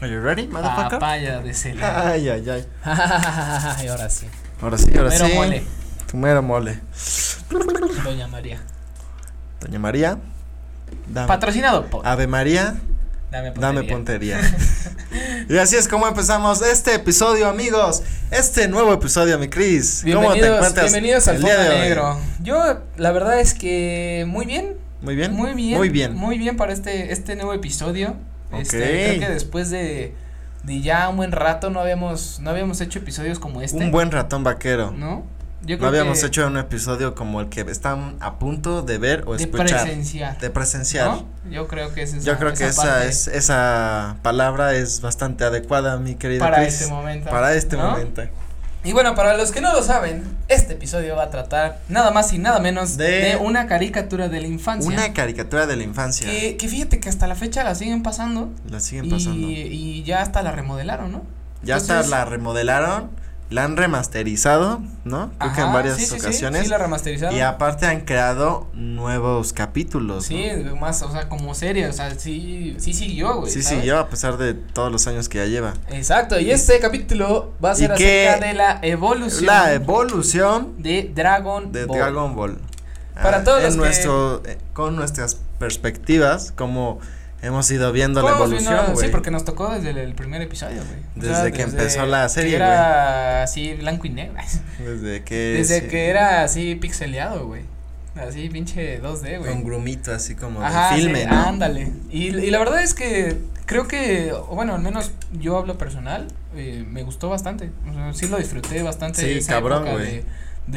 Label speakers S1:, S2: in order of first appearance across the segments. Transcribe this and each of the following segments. S1: Are you ready, motherfucker?
S2: Papaya de Celia.
S1: Ay, ay, ay.
S2: Ay, ahora sí.
S1: Ahora sí, ahora
S2: Mero
S1: sí.
S2: mole.
S1: Tu mero mole.
S2: Doña María.
S1: Doña María. Dame.
S2: Patrocinado por.
S1: Ave María,
S2: Dame pontería.
S1: Ah. dame puntería. y así es como empezamos este episodio, amigos. Este nuevo episodio, mi Cris. ¿Cómo te
S2: Bienvenidos,
S1: encuentras?
S2: bienvenidos al
S1: el día
S2: Fondo
S1: de hoy?
S2: Negro. Yo, la verdad es que muy bien.
S1: Muy bien.
S2: Muy bien.
S1: Muy bien.
S2: Muy bien para este, este nuevo episodio. Este,
S1: Ok.
S2: creo que después de, de ya un buen rato no habíamos, no habíamos hecho episodios como este.
S1: Un buen ratón vaquero. No,
S2: ¿No? Yo creo
S1: habíamos
S2: que
S1: hecho un episodio como el que están a punto de ver o
S2: de
S1: escuchar.
S2: presenciar.
S1: de presenciar.
S2: ¿no? Yo creo que es esa,
S1: Yo creo que esa
S2: parte
S1: es esa palabra es bastante adecuada, mi querido
S2: para
S1: Chris.
S2: este momento.
S1: Para este
S2: ¿no?
S1: momento.
S2: Y bueno, para los que no lo saben, este episodio va a tratar nada más y nada menos de,
S1: De-
S2: una caricatura de la infancia.
S1: Una caricatura de la infancia.
S2: que, que fíjate que hasta la fecha la siguen pasando.
S1: La siguen
S2: Y,
S1: pasando.
S2: y ya hasta la remodelaron, ¿no?
S1: Ya hasta
S2: Entonces-
S1: la remodelaron, la han remasterizado, ¿no? Creo que en
S2: Ajá,
S1: varias
S2: sí, sí, sí,
S1: ocasiones.
S2: Sí, la remasterizaron.
S1: y aparte han creado nuevos capítulos.
S2: Sí,
S1: ¿no?
S2: más, o sea, como serie, o sea, sí, sí siguió, güey.
S1: Sí,
S2: ¿sabes?
S1: siguió a pesar de todos los años que ya lleva.
S2: Exacto, y este capítulo va a
S1: ¿Y
S2: ser
S1: qué?
S2: acerca de la evolución
S1: La evolución
S2: de Dragon
S1: de
S2: Ball.
S1: Dragon Ball. Ah,
S2: Para todos
S1: en
S2: los que-
S1: nuestro, eh, con nuestras perspectivas, como hemos ido viendo la
S2: ¿Cómo
S1: evolución,
S2: vino?
S1: güey.
S2: Sí, porque nos tocó desde el, el primer episodio, güey.
S1: Desde que empezó la serie,
S2: que era así blanco y negro.
S1: Desde que
S2: Desde
S1: sí,
S2: que era así pixeleado, güey. Así pinche 2D, güey.
S1: un grumito así como
S2: Ajá,
S1: de filme,
S2: sí,
S1: ¿no?
S2: ándale. Y, y la verdad es que creo que, o bueno, al menos yo hablo personal, eh, me gustó bastante. O sea, sí lo disfruté bastante.
S1: Sí,
S2: esa
S1: cabrón,
S2: época
S1: güey.
S2: De,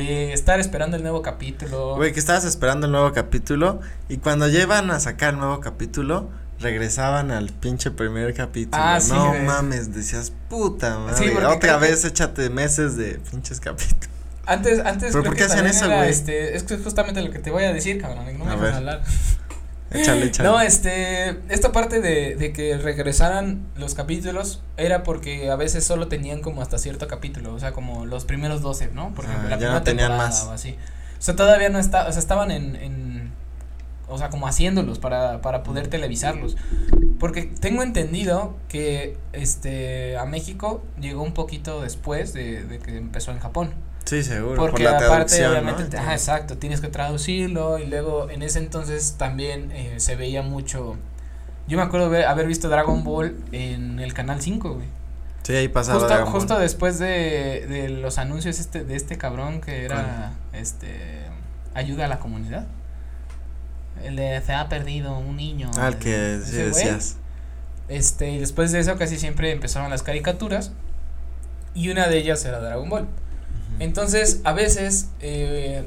S2: de estar esperando el nuevo capítulo.
S1: Güey, que estabas esperando el nuevo capítulo y cuando llevan a sacar el nuevo capítulo, regresaban al pinche primer capítulo.
S2: Ah, sí,
S1: no
S2: güey.
S1: mames, decías, puta madre.
S2: Sí, porque
S1: otra
S2: creo que-
S1: vez échate meses de pinches capítulos.
S2: Antes, antes.
S1: ¿Pero
S2: creo
S1: por
S2: que
S1: qué hacían
S2: también
S1: eso,
S2: era,
S1: güey?
S2: Este, es que es justamente lo que te voy a decir, cabrón. No me
S1: A
S2: dejas
S1: ver.
S2: hablar.
S1: Échale, échale.
S2: No, este, esta parte de, de que regresaran los capítulos era porque a veces solo tenían como hasta cierto capítulo, o sea, como los primeros 12, ¿no? Por
S1: Ah,
S2: ejemplo, la
S1: ya
S2: primera
S1: no tenían
S2: temporada
S1: más.
S2: o así. O sea, todavía no está, o sea, estaban en, en o sea, como haciéndolos para, para poder televisarlos. Porque tengo entendido que, este, a México llegó un poquito después de, de que empezó en Japón.
S1: sí, seguro.
S2: Porque
S1: por la
S2: aparte,
S1: traducción,
S2: obviamente,
S1: ¿no?
S2: te- ajá, exacto, tienes que traducirlo y luego en ese entonces también eh, se veía mucho. Yo me acuerdo ver- haber visto Dragon Ball en el canal 5, güey.
S1: Sí, ahí pasaba.
S2: Justo,
S1: Dragon Ball.
S2: justo después de, de los anuncios este, de este cabrón que era este ayuda a la comunidad. El de se ha perdido un niño.
S1: Ah, el que sí
S2: ese güey.
S1: decías.
S2: Este, y después de eso casi siempre empezaban las caricaturas y una de ellas era Dragon Ball. Entonces, a veces, eh,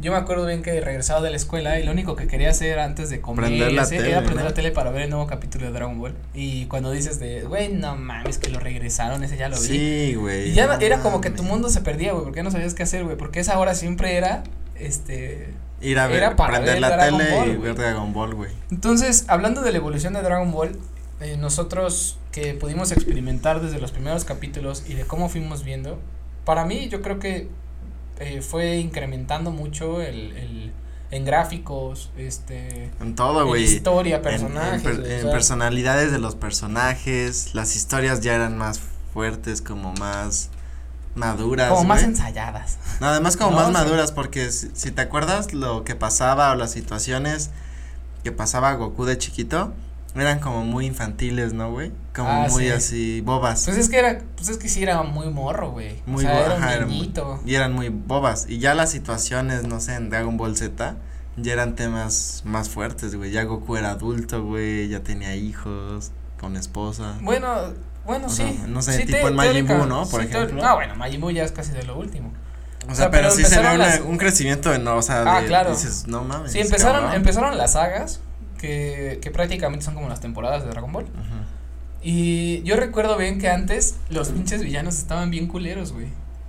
S2: yo me acuerdo bien que regresaba de la escuela y lo único que quería hacer antes de comer
S1: Prender la
S2: y hacer-
S1: tele,
S2: era prender
S1: ¿no?
S2: la tele para ver el nuevo capítulo de Dragon Ball. Y cuando dices de, güey, no mames, que lo regresaron, ese ya lo vi.
S1: Sí, güey.
S2: Y ya
S1: no
S2: era como que
S1: mames.
S2: tu mundo se perdía, güey, porque ya no sabías qué hacer, güey, porque esa hora siempre era, este...
S1: Ir a ver,
S2: era para
S1: prender
S2: ver
S1: la
S2: Dragon
S1: tele y
S2: Ball, güey.
S1: ver Dragon Ball, güey.
S2: Entonces, hablando de la evolución de Dragon Ball, eh, nosotros que pudimos experimentar desde los primeros capítulos y de cómo fuimos viendo, para mí yo creo que eh, fue incrementando mucho el, el- en gráficos, este,
S1: En todo,
S2: en
S1: güey.
S2: historia,
S1: En- en
S2: personajes.
S1: per-
S2: güey, o
S1: en
S2: sea,
S1: personalidades de los personajes, las historias ya eran más fuertes, como más maduras.
S2: como más
S1: güey.
S2: ensayadas.
S1: No, además como
S2: No,
S1: más
S2: o sea-
S1: maduras, porque si, si te acuerdas lo que pasaba o las situaciones que pasaba Goku de chiquito, eran como muy infantiles, ¿no, güey? Como
S2: Ah,
S1: muy
S2: sí.
S1: así bobas.
S2: Pues es que era, pues es que sí era muy morro, güey. O
S1: muy
S2: sea,
S1: bo-
S2: era un
S1: ajá, eran muy-
S2: niñito.
S1: y eran muy bobas. Y ya las situaciones, no sé, en Dragon Ball Z, ya eran temas más fuertes, güey. Ya Goku era adulto, güey, ya tenía hijos, con esposa.
S2: Bueno, bueno,
S1: O
S2: sí.
S1: sea, no sé,
S2: sí,
S1: tipo en Majin Buu,
S2: teórica-
S1: ¿no? Por
S2: sí, teó-
S1: ejemplo.
S2: No, bueno, Majin Buu ya es casi de lo último.
S1: O sea, pero, sí se ve
S2: empezaron
S1: una-
S2: las-
S1: un crecimiento enorme, o sea,
S2: Ah,
S1: de-
S2: claro.
S1: dices, no mames.
S2: Sí, empezaron,
S1: cabrón.
S2: empezaron las sagas, que, que prácticamente son como las temporadas de Dragon Ball.
S1: Ajá.
S2: Y yo recuerdo bien que antes los pinches villanos estaban bien culeros, güey.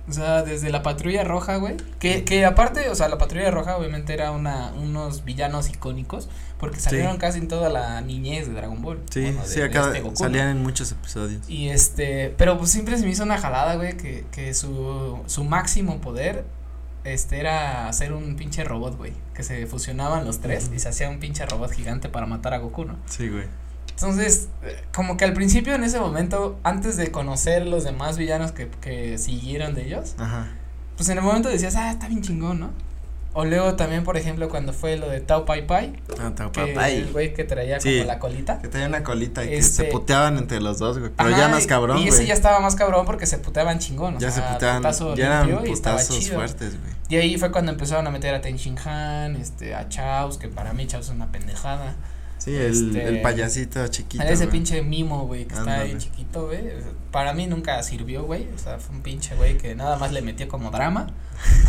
S2: O sea, desde la patrulla roja, güey. Que, que aparte, o sea, la patrulla roja obviamente era una, unos villanos icónicos, porque salieron casi en toda la niñez de Dragon Ball.
S1: Sí,
S2: Bueno, de-
S1: sí,
S2: de
S1: acá
S2: este Goku, ¿no?
S1: salían en muchos episodios.
S2: Y este, pero pues siempre se me hizo una jalada, güey, que, que su, su máximo poder este era hacer un pinche robot, güey, que se fusionaban los tres y se hacía un pinche robot gigante para matar a Goku, ¿no?
S1: Sí, güey.
S2: Entonces, eh, como que al principio en ese momento, antes de conocer los demás villanos que, que siguieron de ellos,
S1: Ajá.
S2: pues en el momento decías, ah, está bien chingón, ¿no? O luego también, por ejemplo, cuando fue lo de Tao Pai Pai,
S1: No, te
S2: que
S1: papá, y-
S2: el güey que traía
S1: Sí.
S2: como la colita.
S1: Que tenía una colita y
S2: Este-
S1: que se puteaban entre los dos, güey. Pero
S2: Ajá,
S1: ya más cabrón,
S2: Y
S1: güey.
S2: ese ya estaba más cabrón porque se puteaban chingón, o
S1: Ya se
S2: sea,
S1: puteaban.
S2: putazo
S1: Ya eran
S2: limpio y estaba
S1: putazos
S2: chido.
S1: fuertes, güey.
S2: Y ahí fue cuando empezaron a meter a Ten Shin Han, este, a Chaos, que para mí Chaos es una pendejada.
S1: Sí, el,
S2: Este-
S1: el payasito chiquito.
S2: Era ese
S1: güey.
S2: pinche mimo, güey, que está ahí
S1: Ándale.
S2: chiquito, güey. O sea, Para mí nunca sirvió, güey. O sea, fue un pinche güey que nada más le metió como drama.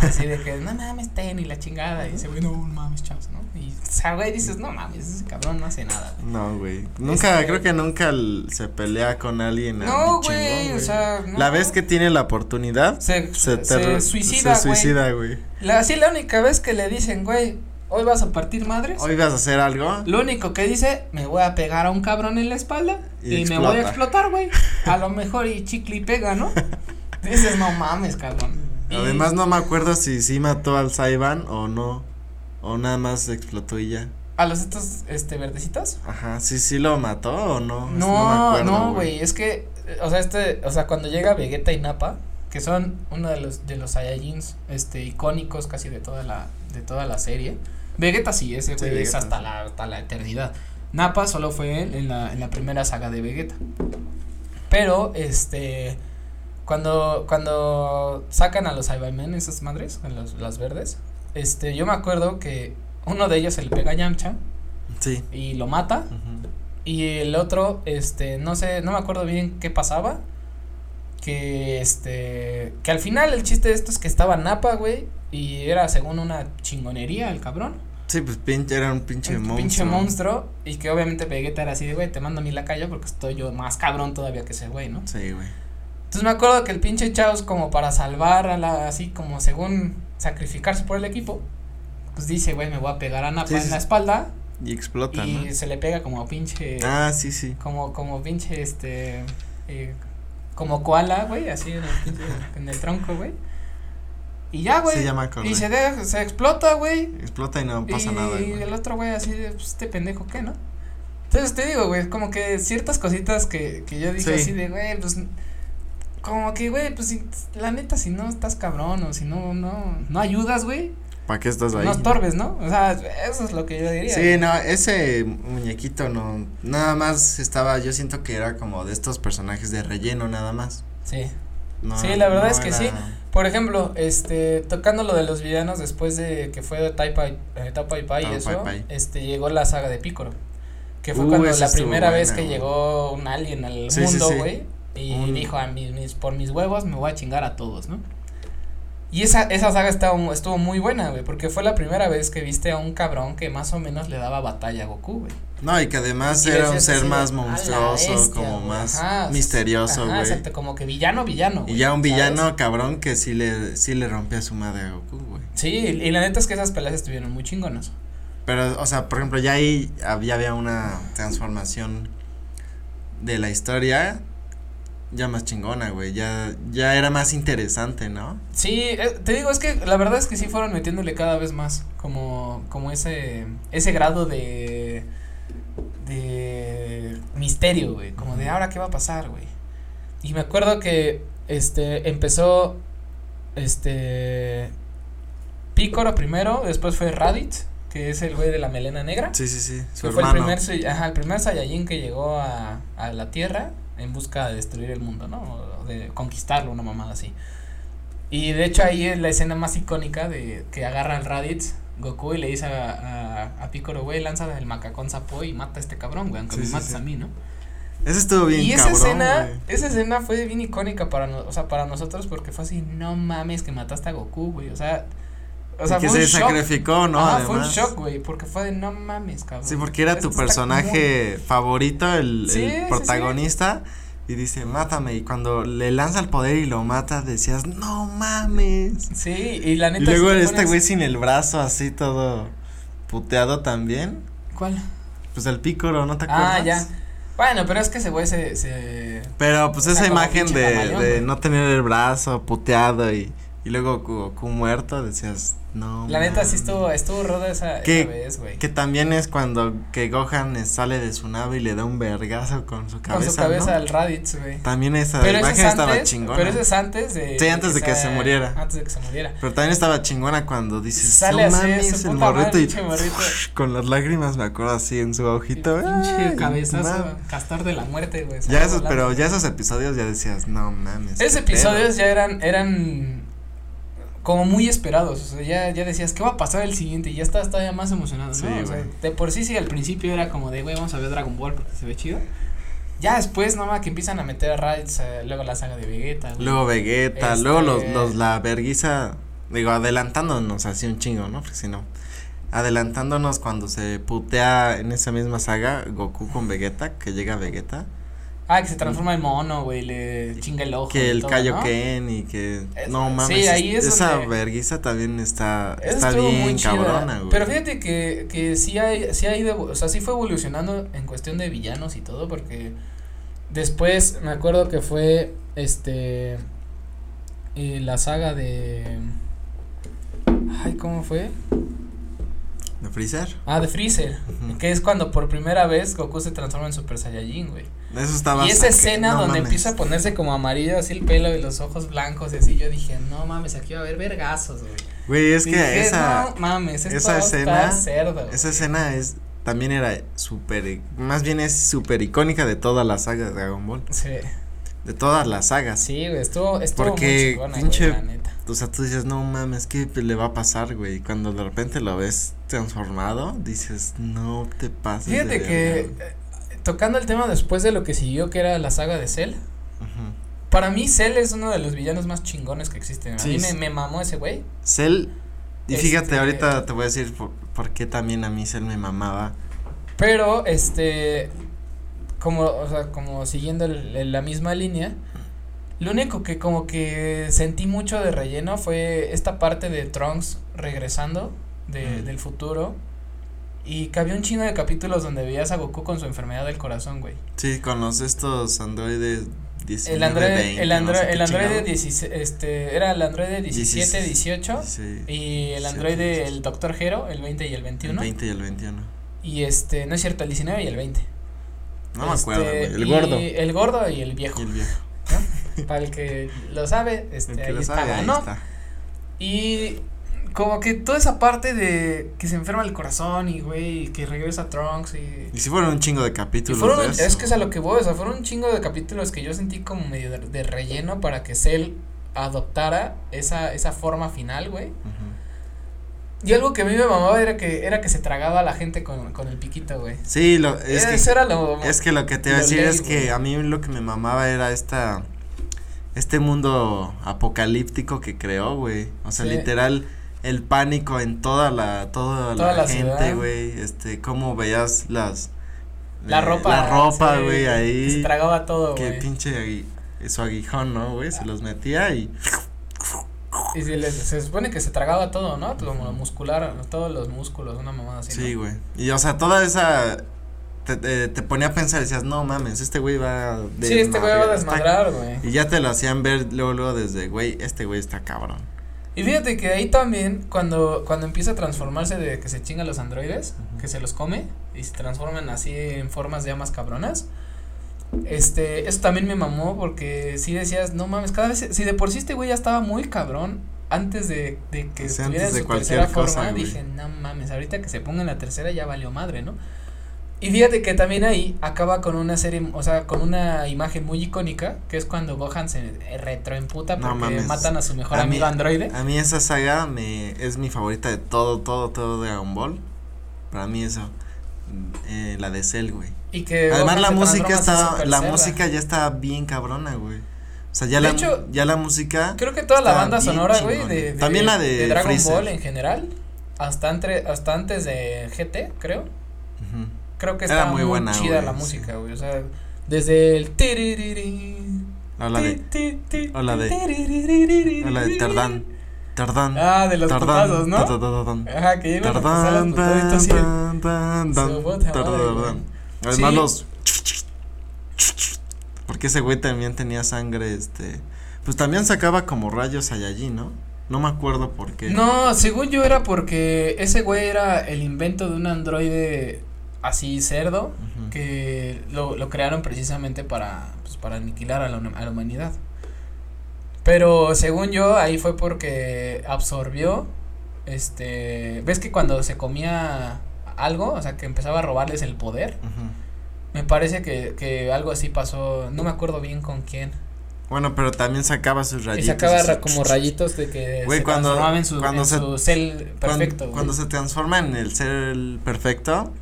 S2: Así de que, no mames, ten y la chingada. Y dice, güey, no, no mames, chavos, ¿no? Y, o sea, güey, dices, no mames, ese cabrón no hace nada, güey.
S1: No, güey. Nunca, creo que nunca l- se pelea con alguien.
S2: No,
S1: así chingón,
S2: güey, o sea. no.
S1: La vez que tiene la oportunidad,
S2: Se,
S1: se, te
S2: se,
S1: re-
S2: suicida,
S1: Se
S2: güey.
S1: suicida, güey.
S2: La, sí, la única vez que le dicen, güey, hoy vas a partir madres.
S1: Hoy vas a hacer algo.
S2: Lo único que dice, me voy a pegar a un cabrón en la espalda
S1: Y
S2: y, me voy a
S1: explota.
S2: explotar, güey. A lo mejor y chicle y pega, ¿no? Dices, no mames, cabrón. Y-
S1: Además, no me acuerdo si sí mató al Saiban o no. O nada más explotó y ya.
S2: ¿A los estos, este, verdecitos?
S1: Ajá, sí, sí lo mató o no. Es- me
S2: No,
S1: acuerdo,
S2: no, güey, es que, eh, o sea, este, o sea, cuando llega Vegeta y Nappa, que son uno de los, de los Saiyajins, este, icónicos casi de toda la, de toda la serie. Vegeta sí, ese
S1: Sí,
S2: güey es
S1: Vegeta.
S2: hasta la, hasta la eternidad. Nappa solo fue él en la, en la primera saga de Vegeta. Pero, este, cuando, cuando sacan a los Saiyamen, esas madres, a los, las verdes, este, yo me acuerdo que uno de ellos se le pega a Yamcha
S1: Sí.
S2: y lo mata.
S1: Ujú.
S2: Y el otro, este, no sé, no me acuerdo bien qué pasaba. Que este, que al final el chiste de esto es que estaba Napa, güey, y era según una chingonería el cabrón.
S1: Sí, pues pinche, era un pinche
S2: un
S1: monstruo.
S2: pinche monstruo. Y que obviamente Vegeta era así de, güey, te mando a mi lacayo porque estoy yo más cabrón todavía que ese güey, ¿no?
S1: Sí, güey.
S2: Entonces me acuerdo que el pinche Chaos, como para salvar a la, así como según sacrificarse por el equipo, pues dice, güey, me voy a pegar a Napa
S1: Sí, sí,
S2: en la
S1: sí.
S2: espalda.
S1: Y explota,
S2: y este
S1: ¿no?
S2: se le pega como a pinche.
S1: Ah, sí, sí.
S2: Como, como pinche, este, eh, como koala, güey, así en el, pinche- en el tronco, güey. Y ya, Ah, güey.
S1: Sí, ya me acordé.
S2: y se, deja- se explota, güey.
S1: Explota y no pasa
S2: y
S1: nada, güey.
S2: el otro, güey, así de, pues, este pendejo, ¿qué, no? Entonces, te digo, güey, como que ciertas cositas que, que yo dije
S1: Sí.
S2: así de, güey, pues, como que, güey, pues, si- la neta, si no estás cabrón o si no, no, no ayudas, güey, pues,
S1: ¿Para qué estás Pues, ahí?
S2: no estorbes, ¿no? O sea, eso es lo que yo diría.
S1: Sí, no, ese muñequito no, nada más estaba, yo siento que era como de estos personajes de relleno nada más.
S2: Sí.
S1: No,
S2: Sí, la verdad
S1: no
S2: es que sí. Por ejemplo, este, tocando lo de los villanos después de que fue Tao Pai eh, Tao Pai Pai y
S1: Tao
S2: eso,
S1: Pai Pai.
S2: este, llegó la saga de Piccolo, que fue
S1: Uh,
S2: cuando
S1: esa
S2: la
S1: estuvo
S2: primera vez
S1: buena,
S2: que
S1: güey.
S2: llegó un alien al
S1: Sí, sí,
S2: mundo,
S1: sí.
S2: güey, y
S1: Un-
S2: dijo, a mis, mis- por mis huevos me voy a chingar a todos, ¿no? Y esa, esa saga estaba, mu- estuvo muy buena, güey, porque fue la primera vez que viste a un cabrón que más o menos le daba batalla a Goku, güey.
S1: No, y que además
S2: Y
S1: era un
S2: decías
S1: ser
S2: así,
S1: más
S2: "A la
S1: monstruoso,
S2: bestia,
S1: como
S2: güey".
S1: más
S2: Ajá, o sea,
S1: misterioso,
S2: ajá,
S1: güey.
S2: exacto, como que villano, villano.
S1: Y
S2: güey,
S1: ya un
S2: ¿sabes?
S1: villano cabrón que sí le, sí le rompía su madre a Goku, güey.
S2: Sí, y la neta es que esas peleas estuvieron muy chingonas.
S1: Pero, o sea, por ejemplo, ya ahí había, había una transformación de la historia ya más chingona, güey. Ya, ya era más interesante, ¿no?
S2: Sí, eh, te digo, es que la verdad es que sí fueron metiéndole cada vez más como, como ese, ese grado de, de misterio, güey, como de ahora qué va a pasar, güey. Y me acuerdo que, este, empezó, este, Pícoro primero, después fue Raditz, que es el güey de la melena negra.
S1: Sí, sí, sí. Su
S2: que fue el
S1: hermano.
S2: primer, Sai- ajá, el primer Saiyajin que llegó a, a la Tierra en busca de destruir el mundo, ¿no? O de conquistarlo, una mamada así. Y de hecho ahí es la escena más icónica de que agarra al Raditz, Goku, y le dice a, a, a Piccolo, güey, lanza el macacón sapo y mata a este cabrón, güey, aunque
S1: Sí,
S2: me
S1: sí,
S2: mates
S1: sí.
S2: a mí, ¿no?
S1: Ese estuvo bien
S2: y esa
S1: cabrón,
S2: escena,
S1: güey.
S2: esa escena fue bien icónica para, no- o sea, para nosotros porque fue así, no mames que mataste a Goku, güey, o sea, o sea,
S1: Y que
S2: fue
S1: se
S2: un shock.
S1: sacrificó, ¿no?
S2: Ajá,
S1: Además.
S2: fue un shock, güey, porque fue de no mames, cabrón.
S1: Sí, porque era
S2: Esto
S1: tu
S2: está
S1: personaje favorito, el,
S2: Sí,
S1: el
S2: sí, sí.
S1: protagonista. Y dice, mátame. Y cuando le lanza el poder y lo mata, decías, no mames.
S2: muy- Sí, y la
S1: Y
S2: neta.
S1: luego
S2: sí te
S1: este
S2: pones-
S1: güey sin el brazo, así todo puteado también.
S2: ¿Cuál?
S1: Pues el pícoro, ¿no te acuerdas?
S2: Ah, ya. Bueno, pero es que ese güey se. se...
S1: Pero pues
S2: O sea,
S1: esa
S2: como
S1: imagen
S2: pinche
S1: de,
S2: camaleón,
S1: de
S2: güey.
S1: no tener el brazo puteado y, y luego Goku, Goku muerto, decías, no.
S2: La neta
S1: mames.
S2: sí estuvo, estuvo roda esa,
S1: Mm. ¿Qué?
S2: esa vez, güey.
S1: Que también es cuando que Gohan eh, sale de su nave y le da un vergazo con su cabeza.
S2: Con su cabeza
S1: ¿no?
S2: al Raditz, güey.
S1: También esa
S2: Pero ese,
S1: imagen
S2: es
S1: estaba
S2: antes,
S1: chingona.
S2: pero
S1: Pero,
S2: ese es antes de.
S1: Sí, antes de que se
S2: sa-
S1: muriera.
S2: Antes de que se muriera.
S1: también estaba chingona cuando dices,
S2: Sale
S1: no
S2: así,
S1: mames,
S2: su
S1: el
S2: puta madre,
S1: morrito y
S2: pinche morrito.
S1: con las lágrimas me acuerdo así en su ojito.
S2: Pinche
S1: ay,
S2: cabezazo,
S1: mam-
S2: castor de la muerte, güey.
S1: Ya
S2: salió
S1: esos,
S2: volando.
S1: pero ya esos episodios ya decías, no mames.
S2: Esos
S1: qué pedo".
S2: episodios ya eran, eran como muy esperados. O sea, ya, ya decías, ¿qué va a pasar el siguiente? Y ya estabas todavía más emocionado, ¿no?
S1: Sí,
S2: O sea,
S1: güey.
S2: de por sí, sí, al principio era como de, güey, vamos a ver Dragon Ball porque se ve chido. Ya después, nomás que empiezan a meter a Raditz, eh, luego la saga de Vegeta. güey.
S1: Luego Vegeta, luego los,
S2: Este-
S1: los la verguiza, digo, adelantándonos así un chingo, ¿no? Porque si no, adelantándonos cuando se putea en esa misma saga Goku con Vegeta, que llega Vegeta,
S2: Ah, que se transforma en mono, güey, le chinga el ojo. y
S1: que el
S2: todo,
S1: Kaioken
S2: ¿no?
S1: y que,
S2: Es-
S1: no
S2: sí,
S1: mames,
S2: ahí es
S1: esa
S2: donde-
S1: verguiza también está,
S2: Eso
S1: está
S2: estuvo
S1: bien
S2: muy chida,
S1: cabrona, güey.
S2: Pero fíjate que, que sí, hay, sí ha ido, evo- o sea, sí fue evolucionando en cuestión de villanos y todo, porque después me acuerdo que fue, este, eh, la saga de, ay, ¿cómo fue?
S1: ¿De Freezer?
S2: Ah, de Freezer,
S1: Ujú.
S2: que es cuando por primera vez Goku se transforma en Super Saiyajin, güey.
S1: Eso estaba.
S2: Y
S1: hasta
S2: esa
S1: Ah, que-
S2: escena
S1: no
S2: donde
S1: mames.
S2: empieza a ponerse como amarillo así el pelo y los ojos blancos y así, yo dije, no mames, aquí va a haber vergazos, güey.
S1: Güey, es que
S2: Dije,
S1: esa.
S2: no mames, esto
S1: esa
S2: va a estar
S1: escena-
S2: cerdo, güey.
S1: Esa escena es también era súper, más bien es súper icónica de toda la saga de Dragon Ball,
S2: Sí,
S1: de todas las sagas.
S2: sí, güey, estuvo, estuvo muy
S1: Porque
S2: chingona, güey,
S1: pinche-
S2: la neta.
S1: O sea, tú dices, no mames, ¿qué le va a pasar, güey? Y cuando de repente lo ves transformado, dices, no te pases. de
S2: Fíjate que,
S1: verga, güey".
S2: eh, tocando el tema después de lo que siguió, que era la saga de Cell,
S1: Ujú.
S2: para mí Cell es uno de los villanos más chingones que existen. A
S1: Sí,
S2: mí
S1: sí.
S2: me, me mamó ese güey.
S1: Cell, y fíjate,
S2: Este-
S1: ahorita te voy a decir por, por qué también a mí Cell me mamaba.
S2: Pero, este, como, o sea, como siguiendo el- el- la misma línea, lo único que como que sentí mucho de relleno fue esta parte de Trunks regresando de-
S1: Mm.
S2: del futuro y que había un chino de capítulos donde veías a Goku con su enfermedad del corazón, güey.
S1: Sí, con los estos androides 19,
S2: El Android,
S1: 20,
S2: el
S1: no
S2: Android,
S1: sé qué
S2: el Android
S1: chingado.
S2: 16, este, era el Android de 17, 18
S1: Sí,
S2: y el
S1: 17,
S2: Android
S1: 18.
S2: el Doctor Hero, el 20 y el
S1: el
S2: 21
S1: 20 y el 21.
S2: y este, no es cierto, el 19 y el 20.
S1: No me acuerdo, güey.
S2: Este,
S1: El
S2: y
S1: gordo. Y
S2: El gordo y el viejo.
S1: el viejo.
S2: Para el que lo sabe, este,
S1: El que
S2: ahí
S1: lo sabe,
S2: estaba,
S1: ahí
S2: ¿no?
S1: está.
S2: Y como que toda esa parte de que se enferma el corazón y güey, que regresa Trunks y.
S1: Y si fueron un chingo de
S2: y
S1: capítulos.
S2: fueron,
S1: de eso.
S2: es que es a lo que voy, o sea, fueron un chingo de capítulos que yo sentí como medio de, de relleno para que Cell adoptara esa, esa forma final, güey.
S1: Ujú.
S2: Y algo que a mí me mamaba era que, era que se tragaba a la gente con, con el piquito, güey.
S1: Sí, lo, es
S2: Era-
S1: que.
S2: Eso era lo.
S1: Es que lo que te iba a
S2: Lo
S1: decir
S2: leí,
S1: es
S2: güey.
S1: que a mí lo que me mamaba era esta este mundo apocalíptico que creó, güey. O sea,
S2: Sí.
S1: literal el pánico en toda la toda,
S2: Toda
S1: la,
S2: la
S1: gente,
S2: ciudad.
S1: güey. Este, cómo veías las
S2: la
S1: eh,
S2: ropa.
S1: la ropa,
S2: sí,
S1: güey,
S2: Que se
S1: ahí
S2: tragaba todo,
S1: que
S2: güey.
S1: pinche agui- su aguijón, ¿no, güey? Se los metía y
S2: Y se, les- se supone que se tragaba todo, ¿no? Como lo muscular, todos los músculos, una mamada así.
S1: sí,
S2: ¿no?
S1: güey. Y o sea, toda esa te, te- te ponía a pensar, decías, "No mames, este güey va a
S2: Sí, este güey va a
S1: desmadrear, está
S2: desmadrar, güey.
S1: Y ya te lo hacían ver luego, luego desde, güey, este güey está cabrón.
S2: Y fíjate que ahí también, cuando, cuando empieza a transformarse de que se chinga los androides,
S1: Ujú.
S2: que se los come y se transforman así en formas ya más cabronas. Este, eso también me mamó porque sí decías, no mames, cada vez, si de por sí este güey ya estaba muy cabrón antes de, de que
S1: Sí, antes
S2: estuviera en
S1: de
S2: su
S1: cualquier
S2: tercera
S1: cosa,
S2: forma,
S1: güey.
S2: dije, no mames, ahorita que se ponga en la tercera ya valió madre, ¿no? Y fíjate que también ahí acaba con una serie, o sea, con una imagen muy icónica, que es cuando Gohan se eh, retroemputa
S1: No
S2: porque
S1: mames.
S2: matan a su mejor
S1: A mí-
S2: amigo androide.
S1: A mí esa saga me es mi favorita de todo, todo, todo de Dragon Ball. Para mí eso. mm, eh, la de Cell, güey.
S2: Y que
S1: Además
S2: Gohan
S1: la
S2: se
S1: música
S2: transforma así
S1: está,
S2: súper
S1: la
S2: cerda.
S1: música ya está bien cabrona, güey. O sea, ya
S2: ah. De
S1: la,
S2: hecho,
S1: ya la música.
S2: Creo que toda la
S1: está
S2: banda
S1: bien
S2: sonora, güey,
S1: chingona.
S2: de, de-
S1: También la de
S2: Dragon
S1: Freezer.
S2: Ball en general, hasta entre, hasta antes de GT, creo.
S1: Ujú.
S2: Creo que
S1: Era
S2: está
S1: muy
S2: muy,
S1: buena,
S2: chida
S1: güey,
S2: la
S1: sí.
S2: música, güey, o sea, desde el tiririri,
S1: O la de,
S2: ti, ti, ti,
S1: o la de-
S2: tiririri.
S1: o la de Tardán. Tardán.
S2: Ah, de los putazos, ¿no?
S1: Tardán.
S2: Ajá, que llegan a pasar
S1: Tardán,
S2: las putadas y tú así.
S1: tan, tan, tan,
S2: Su puta
S1: tar,
S2: madre,
S1: tar,
S2: güey.
S1: tan. Además
S2: Sí.
S1: los porque ese güey también tenía sangre, este, pues también sacaba como rayos allí, ¿no? No me acuerdo por qué.
S2: No, según yo era porque ese güey era el invento de un androide así cerdo
S1: Ujú.
S2: que lo, lo crearon precisamente para, pues, para aniquilar a la, hum- a la humanidad. Pero según yo, ahí fue porque absorbió, este, ves que cuando se comía algo, o sea, que empezaba a robarles el poder,
S1: Ujú.
S2: me parece que, que algo así pasó, no me acuerdo bien con quién.
S1: Bueno, pero también sacaba sus rayitos.
S2: y sacaba
S1: así.
S2: ra- como rayitos de que
S1: Güey,
S2: se
S1: cuando-
S2: transformaba en su,
S1: cuando
S2: en
S1: se-
S2: su cel
S1: Cuan-
S2: perfecto.
S1: Cuando,
S2: güey.
S1: se transforma en el ser perfecto,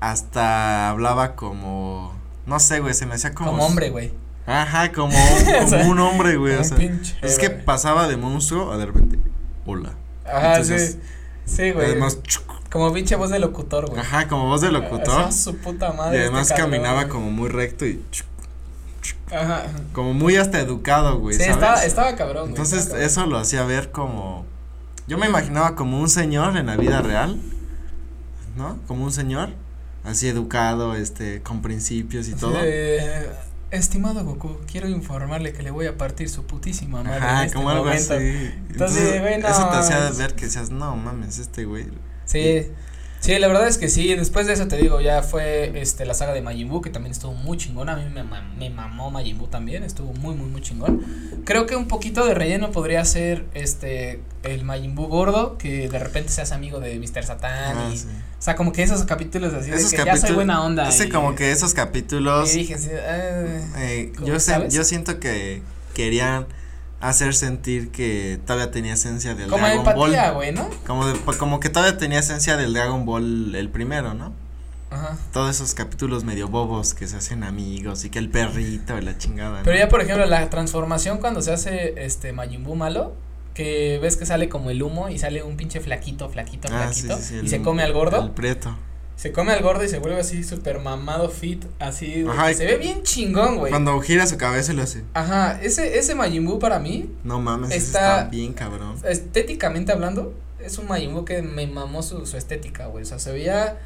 S1: hasta hablaba como. No sé, güey, se me hacía como.
S2: como hombre, güey.
S1: Ajá, como, como
S2: sea,
S1: un hombre, güey. o
S2: Un
S1: sea,
S2: pinche,
S1: es que
S2: güey.
S1: pasaba de monstruo a de repente. Hola.
S2: Ajá,
S1: entonces,
S2: sí. Sí, güey.
S1: Además, chuc,
S2: Como pinche voz de locutor, güey.
S1: ajá, como voz de locutor.
S2: Ajá, su puta
S1: y
S2: madre. este
S1: además
S2: cabrón,
S1: caminaba
S2: güey.
S1: como muy recto y chuc,
S2: Ajá.
S1: como muy hasta educado, güey.
S2: sí,
S1: ¿sabes?
S2: estaba, estaba cabrón, güey.
S1: Entonces
S2: estaba cabrón.
S1: eso lo hacía ver como... Yo me imaginaba como un señor en la vida real, ¿no? Como un señor, así educado, este, con principios y
S2: Así
S1: todo.
S2: de, Eh, Estimado Goku, quiero informarle que le voy a partir su putísima madre.
S1: Ajá,
S2: en este
S1: como algo
S2: momento".
S1: así.
S2: Entonces,
S1: Entonces,
S2: güey, no
S1: eso te hacía
S2: mames.
S1: ver que decías, no mames, este güey.
S2: Sí. Sí, la verdad es que sí, después de eso te digo, ya fue este la saga de Majin Buu, que también estuvo muy chingona, a mí me, ma- me mamó Majin Buu también, estuvo muy muy muy chingón. Creo que un poquito de relleno podría ser este el Majin Buu gordo, que de repente se hace amigo de Mr. Satan
S1: Ah,
S2: y
S1: sí.
S2: o sea, como que esos capítulos así
S1: Esos
S2: de que ya soy
S1: capítulos-
S2: buena onda.
S1: Hace
S2: y-
S1: como que esos capítulos...
S2: y dije, sí, ah,
S1: eh,
S2: como,
S1: yo, sé-
S2: ¿sabes?
S1: yo siento que querían hacer sentir que todavía tenía esencia del
S2: como
S1: Dragon Ball.
S2: empatía, güey, ¿no?
S1: Como, de- como que todavía tenía esencia del Dragon Ball el primero, ¿no?
S2: Ajá.
S1: Todos esos capítulos medio bobos que se hacen amigos y que el perrito y la chingada. ¿no?
S2: Pero ya, por ejemplo, la transformación cuando se hace este Majin Buu malo, que ves que sale como el humo y sale un pinche flaquito, flaquito,
S1: Ah, sí,
S2: flaquito,
S1: sí, sí,
S2: y
S1: el-
S2: se come al gordo,
S1: El prieto.
S2: se come al gordo y se vuelve así súper mamado fit, así, de
S1: Ajá,
S2: que
S1: y-
S2: se ve bien chingón, güey.
S1: Cuando gira su cabeza y lo hace.
S2: Ajá, ese, ese Majin Buu para mí,
S1: No mames, ese
S2: Está-
S1: está bien cabrón.
S2: estéticamente hablando, es un Majin Buu que me mamó su, su estética, güey, o sea, se veía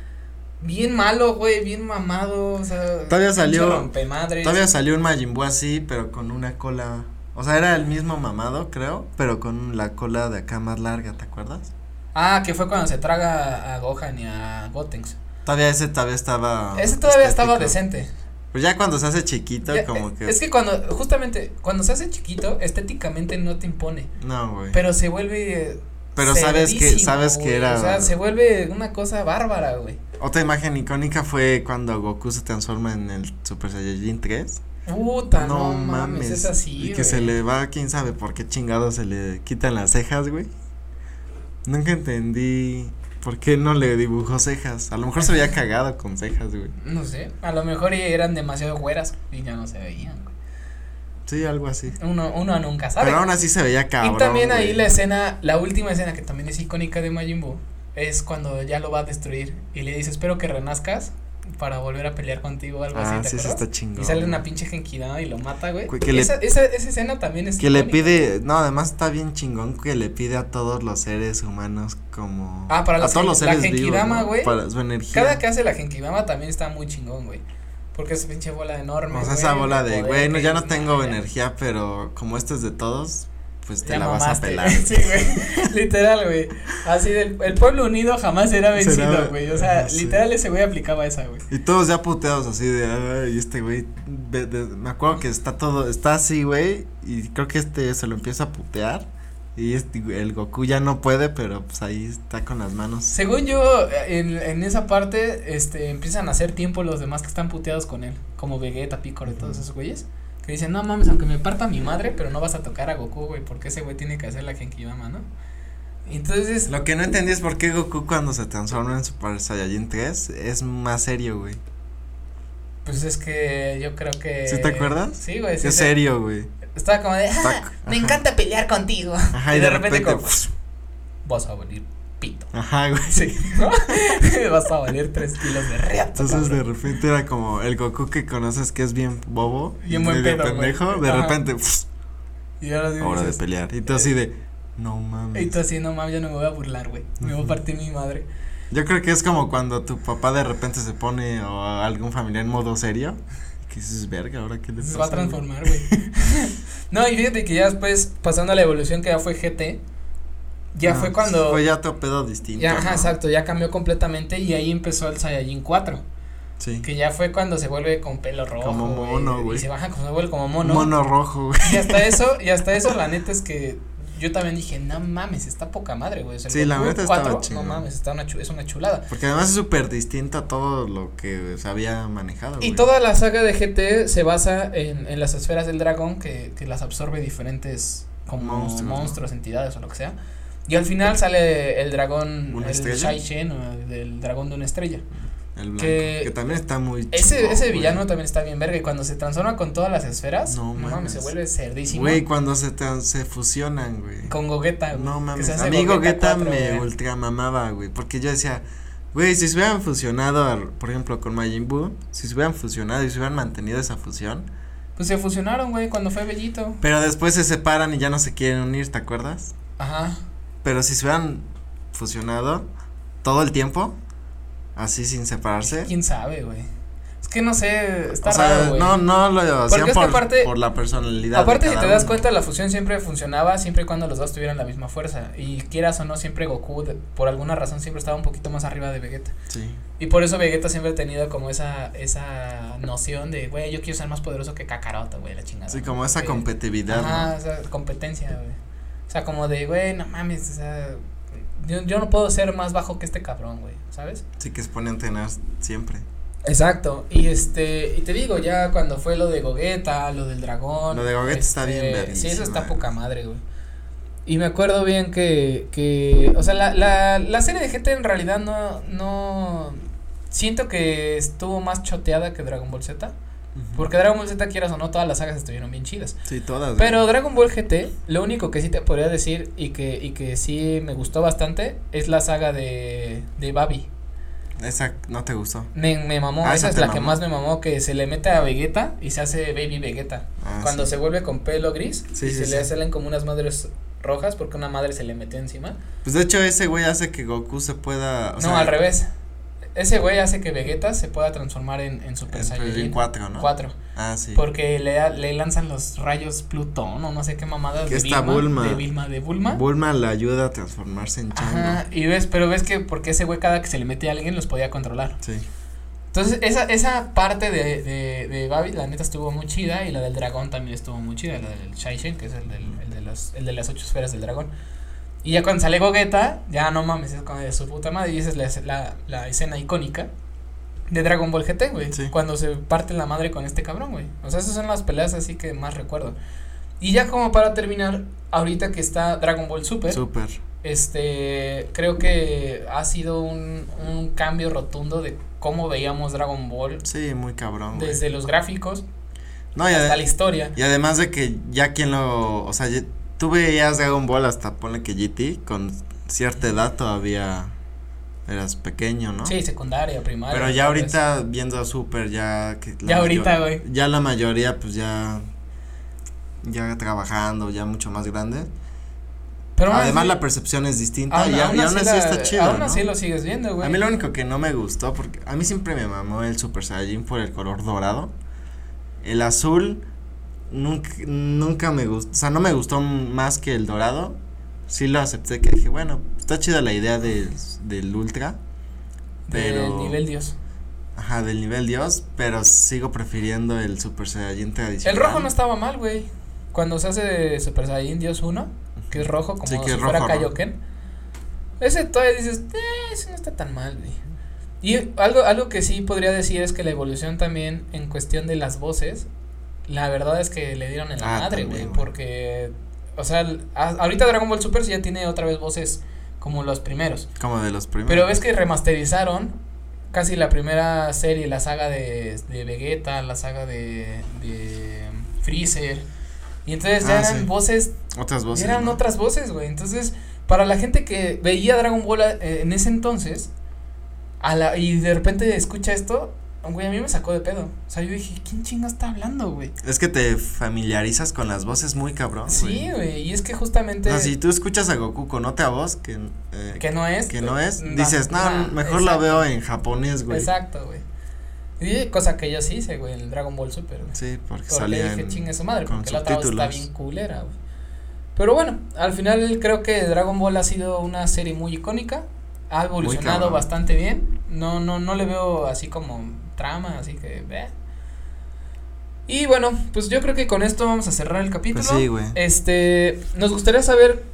S2: bien malo, güey, bien mamado, o sea.
S1: Todavía salió-
S2: rompemadres.
S1: Todavía salió un Majin Buu así, pero con una cola. O sea, era el mismo mamado, creo, pero con la cola de acá más larga, ¿te acuerdas?
S2: Ah, que fue cuando se traga a Gohan y a Gotenks.
S1: Todavía ese todavía estaba.
S2: Ese todavía estaba
S1: Ah, estético.
S2: decente.
S1: Pero ya cuando se hace chiquito,
S2: Ya,
S1: como
S2: eh,
S1: que.
S2: Es que cuando, justamente, cuando se hace chiquito, estéticamente no te impone.
S1: No, güey.
S2: Pero se vuelve.
S1: Pero sabes que-
S2: severísimo,
S1: sabes que
S2: güey,
S1: era-
S2: O sea, se vuelve una cosa bárbara, güey.
S1: Otra imagen icónica fue cuando Goku se transforma en el Super Saiyajin 3.
S2: Puta, no, mames, Es así.
S1: Y que
S2: güey.
S1: se le va, quién sabe por qué chingado se le quitan las cejas, güey. Nunca entendí por qué no le dibujó cejas. A lo mejor se veía cagado con cejas, güey.
S2: No sé. A lo mejor ya eran demasiado güeras y ya no se veían. güey.
S1: Sí, algo así.
S2: Uno, uno nunca sabe.
S1: Pero aún así se veía cabrón.
S2: y también ahí
S1: güey.
S2: la escena, la última escena que también es icónica de Majin Buu, es cuando ya lo va a destruir y le dice, espero que renazcas para volver a pelear contigo o algo
S1: Ah,
S2: así, ¿te
S1: sí, eso
S2: acuerdas?
S1: está chingón.
S2: Y sale una
S1: güey.
S2: pinche genkidama y lo mata, güey.
S1: Que- que le-
S2: esa, esa, esa escena también es
S1: Que le
S2: icónica.
S1: pide, no, además está bien chingón que le pide a todos los seres humanos como.
S2: Ah, para
S1: a
S2: los
S1: todos
S2: gen-
S1: los
S2: la
S1: seres vivos.
S2: Genkidama,
S1: ¿no?
S2: güey.
S1: Para su energía.
S2: Cada que hace la genkidama también está muy chingón, güey. Porque es pinche bola enorme.
S1: O sea,
S2: güey,
S1: esa bola de,
S2: poder
S1: güey, no,
S2: que-
S1: ya no tengo
S2: ya-
S1: energía, pero como esto es de todos, pues te
S2: ya
S1: la vas a
S2: mamaste.
S1: pelar.
S2: sí, güey. Literal, güey. Así del el pueblo unido jamás será vencido,
S1: Será-
S2: güey. O sea,
S1: ajá, sí.
S2: literal ese güey aplicaba esa, güey.
S1: Y todos ya puteados así de, ay, este güey, ve- de- me acuerdo que está todo, está así, güey, y creo que este se lo empieza a putear. Y este, güey, el Goku ya no puede, pero pues ahí está con las manos.
S2: Según yo, en, en esa parte, este, empiezan a hacer tiempo los demás que están puteados con él, como Vegeta, Piccolo y todos esos güeyes, que dicen, no mames, aunque me parta mi madre, pero no vas a tocar a Goku, güey, porque ese güey tiene que hacer la Genkidama, ¿no? Y Entonces,
S1: Lo que no entendí es por qué Goku cuando se transforma en Super Saiyajin 3 es más serio, güey.
S2: pues es que yo creo que...
S1: ¿Sí te acuerdas?
S2: Sí, güey. sí,
S1: es
S2: sí.
S1: serio, güey.
S2: Estaba como de, "Ah,
S1: Está-
S2: me
S1: ajá.
S2: encanta pelear contigo.
S1: Ajá, y, de, repente,
S2: como, vas a valer pito.
S1: ajá, güey.
S2: Sí, ¿no? vas a valer tres kilos de reata.
S1: Entonces
S2: cabrón.
S1: de repente era como el Goku que conoces que es bien bobo,
S2: Bien buen
S1: medio
S2: pedo, güey.
S1: pendejo, de
S2: Ajá.
S1: repente
S2: Y ahora sí
S1: hora de
S2: dices,
S1: pelear. Y tú así de no mames.
S2: Y tú así, no mames, yo no me voy a burlar, güey. Me voy a
S1: Ujú.
S2: partir mi madre.
S1: Yo creo que es como cuando tu papá de repente se pone o a algún familiar en modo serio. Que dices, verga, ahora qué le
S2: Se
S1: pasa.
S2: va a
S1: güey?"
S2: transformar, güey. no, y fíjate que ya después, pasando a la evolución que ya fue GT, Ya
S1: Ah,
S2: fue cuando.
S1: Fue ya otro pedo distinto.
S2: ya, ajá,
S1: ¿no?
S2: exacto, ya cambió completamente y ahí empezó el Saiyajin 4.
S1: Sí.
S2: Que ya fue cuando se vuelve con pelo rojo.
S1: Como
S2: güey,
S1: mono,
S2: y
S1: güey.
S2: se baja como se vuelve como
S1: Mono.
S2: mono.
S1: rojo, güey.
S2: Y hasta eso, y hasta eso, la neta es que yo también dije, no mames, está poca madre, güey. O sea, el
S1: Sí, la
S2: Goku
S1: neta estaba
S2: 4,
S1: chido.
S2: No mames, está una chu- es una chulada.
S1: Porque además es súper distinto a todo lo que se había manejado.
S2: Y
S1: güey.
S2: toda la saga de GT se basa en, en las esferas del dragón que, que las absorbe diferentes como
S1: Monstruos,
S2: monstruos,
S1: ¿no?
S2: entidades o lo que sea. Y al final sale el dragón,
S1: ¿Una
S2: el
S1: estrella?
S2: Shai Shen o el del dragón de una estrella.
S1: El blanco.
S2: que-
S1: Que, también está muy
S2: Ese,
S1: chingón,
S2: ese
S1: güey.
S2: villano también está bien verga y cuando se transforma con todas las esferas,
S1: No
S2: no, mames,
S1: mames.
S2: se vuelve cerdísimo.
S1: Güey, cuando se, tran- se fusionan, güey.
S2: con Gogeta. güey,
S1: No
S2: que
S1: mames,
S2: se hace
S1: a mí Gogeta
S2: 4,
S1: me
S2: güey.
S1: ultramamaba, güey, porque yo decía, güey, si se hubieran fusionado, al- por ejemplo, con Majin Buu, si se hubieran fusionado y se hubieran mantenido esa fusión,
S2: Pues se fusionaron, güey, cuando fue Bellito.
S1: pero después se separan y ya no se quieren unir, ¿te acuerdas?
S2: Ajá.
S1: Pero si se hubieran fusionado todo el tiempo, así sin separarse.
S2: ¿Quién sabe, güey? Es que no sé, está
S1: o sea,
S2: raro, güey.
S1: no, no lo hacían
S2: es que
S1: por,
S2: aparte-
S1: por la personalidad. de
S2: Aparte, si
S1: cada
S2: te das
S1: uno.
S2: cuenta, la fusión siempre funcionaba siempre y cuando los dos tuvieran la misma fuerza. Y quieras o no, siempre Goku, de- por alguna razón, siempre estaba un poquito más arriba de Vegeta.
S1: Sí.
S2: Y por eso Vegeta siempre ha tenido como esa, esa noción de, güey, yo quiero ser más poderoso que Kakaroto, güey, la chingada.
S1: Sí, como esa
S2: Que-
S1: competitividad.
S2: Ajá,
S1: ¿no?
S2: esa competencia, güey. O sea, como de, güey, no mames, o sea, yo, yo no puedo ser más bajo que este cabrón, güey, ¿sabes?
S1: Sí, que se pone a entrenar siempre.
S2: Exacto, y este, y te digo, ya cuando fue lo de Gogeta, lo del dragón.
S1: Lo de Gogeta está bien
S2: este, Sí, eso
S1: verguísima, eh.
S2: está
S1: güey.
S2: poca madre, güey. Y me acuerdo bien que, que, o sea, la, la, la serie de GT en realidad no, no, siento que estuvo más choteada que Dragon Ball Z, porque Dragon Ball Z, quieras o no, todas las sagas estuvieron bien chidas.
S1: Sí, todas. güey.
S2: Pero Dragon Ball GT, lo único que sí te podría decir y que, y que sí me gustó bastante es la saga de, de Babi.
S1: Esa no te gustó.
S2: Me, me mamó,
S1: Ah, esa
S2: esa es
S1: te
S2: la que
S1: mamó.
S2: más me mamó, que se le mete a Vegeta y se hace Baby Vegeta.
S1: Ah,
S2: cuando
S1: sí.
S2: se vuelve con pelo gris
S1: Sí,
S2: y
S1: sí,
S2: se le
S1: sí.
S2: salen como unas madres rojas porque una madre se le metió encima.
S1: Pues de hecho ese güey hace que Goku se pueda. o
S2: no,
S1: sea,
S2: al revés. Ese güey hace que Vegeta se pueda transformar en, en Super
S1: en
S2: Saiyajin
S1: 4, ¿no?
S2: 4.
S1: Ah, sí.
S2: Porque le, da- le lanzan los rayos Plutón o no sé qué mamadas
S1: Que está Bulma.
S2: De Vilma, de Bulma.
S1: Bulma le ayuda a transformarse en Chango.
S2: Ajá, y ves, pero ves que porque ese güey cada que se le metía a alguien los podía controlar.
S1: Sí.
S2: Entonces, esa, esa parte de, de, de Babi, la neta, estuvo muy chida. Y la del dragón también estuvo muy chida. La del Shai Shen, que es el, del- el de los, el de las ocho esferas del dragón. Y ya cuando sale Gogeta, ya no mames, es como de su puta madre. Y esa es la, es- la, la escena icónica de Dragon Ball GT, güey.
S1: Sí.
S2: Cuando se parte la madre con este cabrón, güey. O sea, esas son las peleas así que más recuerdo. Y ya como para terminar, ahorita que está Dragon Ball Super.
S1: Súper.
S2: Este, creo que ha sido un, un cambio rotundo de cómo veíamos Dragon Ball
S1: Sí, muy cabrón. güey.
S2: desde los gráficos
S1: No, y, ade-
S2: hasta la historia.
S1: y además de que ya quien lo. O sea, ya- tú veías Dragon Ball hasta ponle que GT. Con cierta edad todavía eras pequeño, ¿no?
S2: Sí, secundaria, primaria.
S1: Pero ya
S2: tal vez.
S1: ahorita viendo Super, ya que la
S2: Ya ahorita,
S1: mayor-
S2: güey.
S1: Ya la mayoría, pues ya. Ya trabajando, ya mucho más grande.
S2: Pero aún
S1: Además,
S2: así-
S1: la percepción es distinta.
S2: aún-
S1: y, a-
S2: aún
S1: y aún así
S2: la-
S1: está chido.
S2: Aún
S1: ¿no?
S2: así lo sigues viendo, güey.
S1: A mí lo único que no me gustó, porque a mí siempre me mamó el Super Saiyajin por el color dorado. El azul nunca, nunca me gustó, o sea, no me gustó más que el dorado. Sí lo acepté, que dije, bueno, está chida la idea del, del Ultra,
S2: Del
S1: pero-
S2: nivel Dios.
S1: ajá, del nivel Dios, pero sigo prefiriendo el Super Saiyajin tradicional.
S2: El rojo no estaba mal, güey. Cuando se hace Super Saiyan Dios 1, que es rojo, como
S1: Sí, que
S2: si
S1: es
S2: fuera
S1: rojo, ¿no?
S2: Kaioken. Ese todavía dices, eh, eso no está tan mal, güey. Y algo, algo que sí podría decir es que la evolución también en cuestión de las voces, la verdad es que le dieron en la
S1: Ah,
S2: madre,
S1: también,
S2: güey.
S1: güey.
S2: Porque, o sea, el- a- ahorita Dragon Ball Super sí ya tiene otra vez voces como los primeros.
S1: Como de los primeros.
S2: Pero ves que remasterizaron casi la primera serie, la saga de, de Vegeta, la saga de, de Freezer. Y entonces ya
S1: Ah,
S2: eran
S1: sí.
S2: voces,
S1: Otras voces.
S2: eran
S1: ¿no?
S2: otras voces, güey. Entonces, para la gente que veía Dragon Ball eh, en ese entonces, a la, y de repente escucha esto, güey, a mí me sacó de pedo. O sea, yo dije, ¿quién chinga está hablando, güey?
S1: Es que te familiarizas con las voces muy cabrón.
S2: Sí, güey, y es que justamente...
S1: O sea, si tú escuchas a Goku con otra voz que, eh,
S2: Este, que no es. eh,
S1: que no es,
S2: na-
S1: dices, no,
S2: na-
S1: mejor la
S2: exacto.
S1: veo en japonés, güey.
S2: Exacto, güey. Y cosa que yo sí hice, güey, en el Dragon Ball Super, güey.
S1: Sí, porque,
S2: Porque
S1: salía
S2: dije,
S1: en-
S2: chingue su madre,
S1: con
S2: porque la otra voz está
S1: subtítulos.
S2: bien culera, güey. Pero bueno, al final creo que Dragon Ball ha sido una serie muy icónica. Ha evolucionado
S1: cabrón.
S2: bastante bien. No, no, no le veo así como trama, así que. bleh. Y bueno, pues yo creo que con esto vamos a cerrar el capítulo.
S1: Pues sí, güey.
S2: Este, nos gustaría saber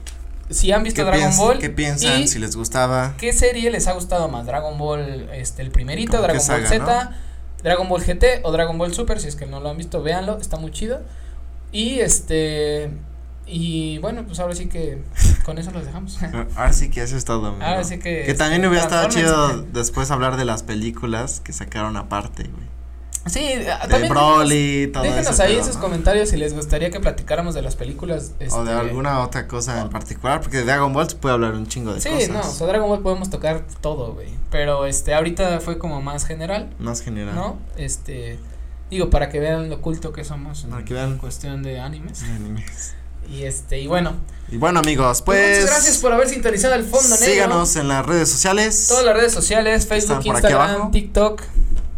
S2: si han visto
S1: ¿Qué,
S2: Dragon
S1: piens-
S2: Ball.
S1: qué piensan?
S2: y
S1: Si les gustaba.
S2: ¿Qué serie les ha gustado más? ¿Dragon Ball este, el primerito,
S1: Como que
S2: Dragon Ball
S1: saga,
S2: Z, Dragon Ball GT o Dragon Ball Super? Si es que no lo han visto, véanlo, está muy chido. Y este. Y bueno, pues ahora sí que con eso los dejamos.
S1: Ahora Ah, sí que eso es todo, amigo.
S2: Ahora sí que,
S1: Que también
S2: este,
S1: hubiera estado chido
S2: transfórmense.
S1: después hablar de las películas que sacaron aparte, güey.
S2: Sí, ah,
S1: De
S2: también.
S1: Broly, todo
S2: Déjenos
S1: ese
S2: ahí
S1: pedo,
S2: esos
S1: ¿no?
S2: comentarios si les gustaría que platicáramos de las películas.
S1: O de
S2: este,
S1: alguna otra cosa en particular, porque de Dragon Ball se puede hablar un chingo de
S2: Sí,
S1: cosas.
S2: no, o sea, Dragon Ball podemos tocar todo, güey. Pero este, ahorita fue como más general.
S1: Más general.
S2: ¿no? Este, digo, para que vean lo culto que somos en
S1: Para que vean.
S2: cuestión de animes.
S1: Animes.
S2: Y este, y bueno,
S1: Y bueno, amigos,
S2: pues,
S1: pues.
S2: muchas gracias por haber sintonizado el fondo negro.
S1: Síganos en las redes sociales.
S2: Todas las redes sociales, Facebook,
S1: Están por aquí
S2: Instagram,
S1: abajo.
S2: TikTok.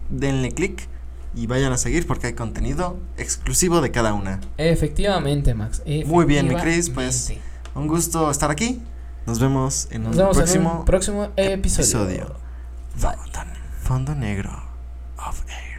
S1: Denle click y vayan a seguir porque hay contenido exclusivo de cada una.
S2: Efectivamente, Max.
S1: Muy bien, mi Cris, pues,
S2: efectivamente.
S1: Un gusto estar aquí. Nos vemos en
S2: nos
S1: un
S2: vemos
S1: próximo
S2: en un próximo episodio.
S1: episodio. Fondo, fondo negro of air.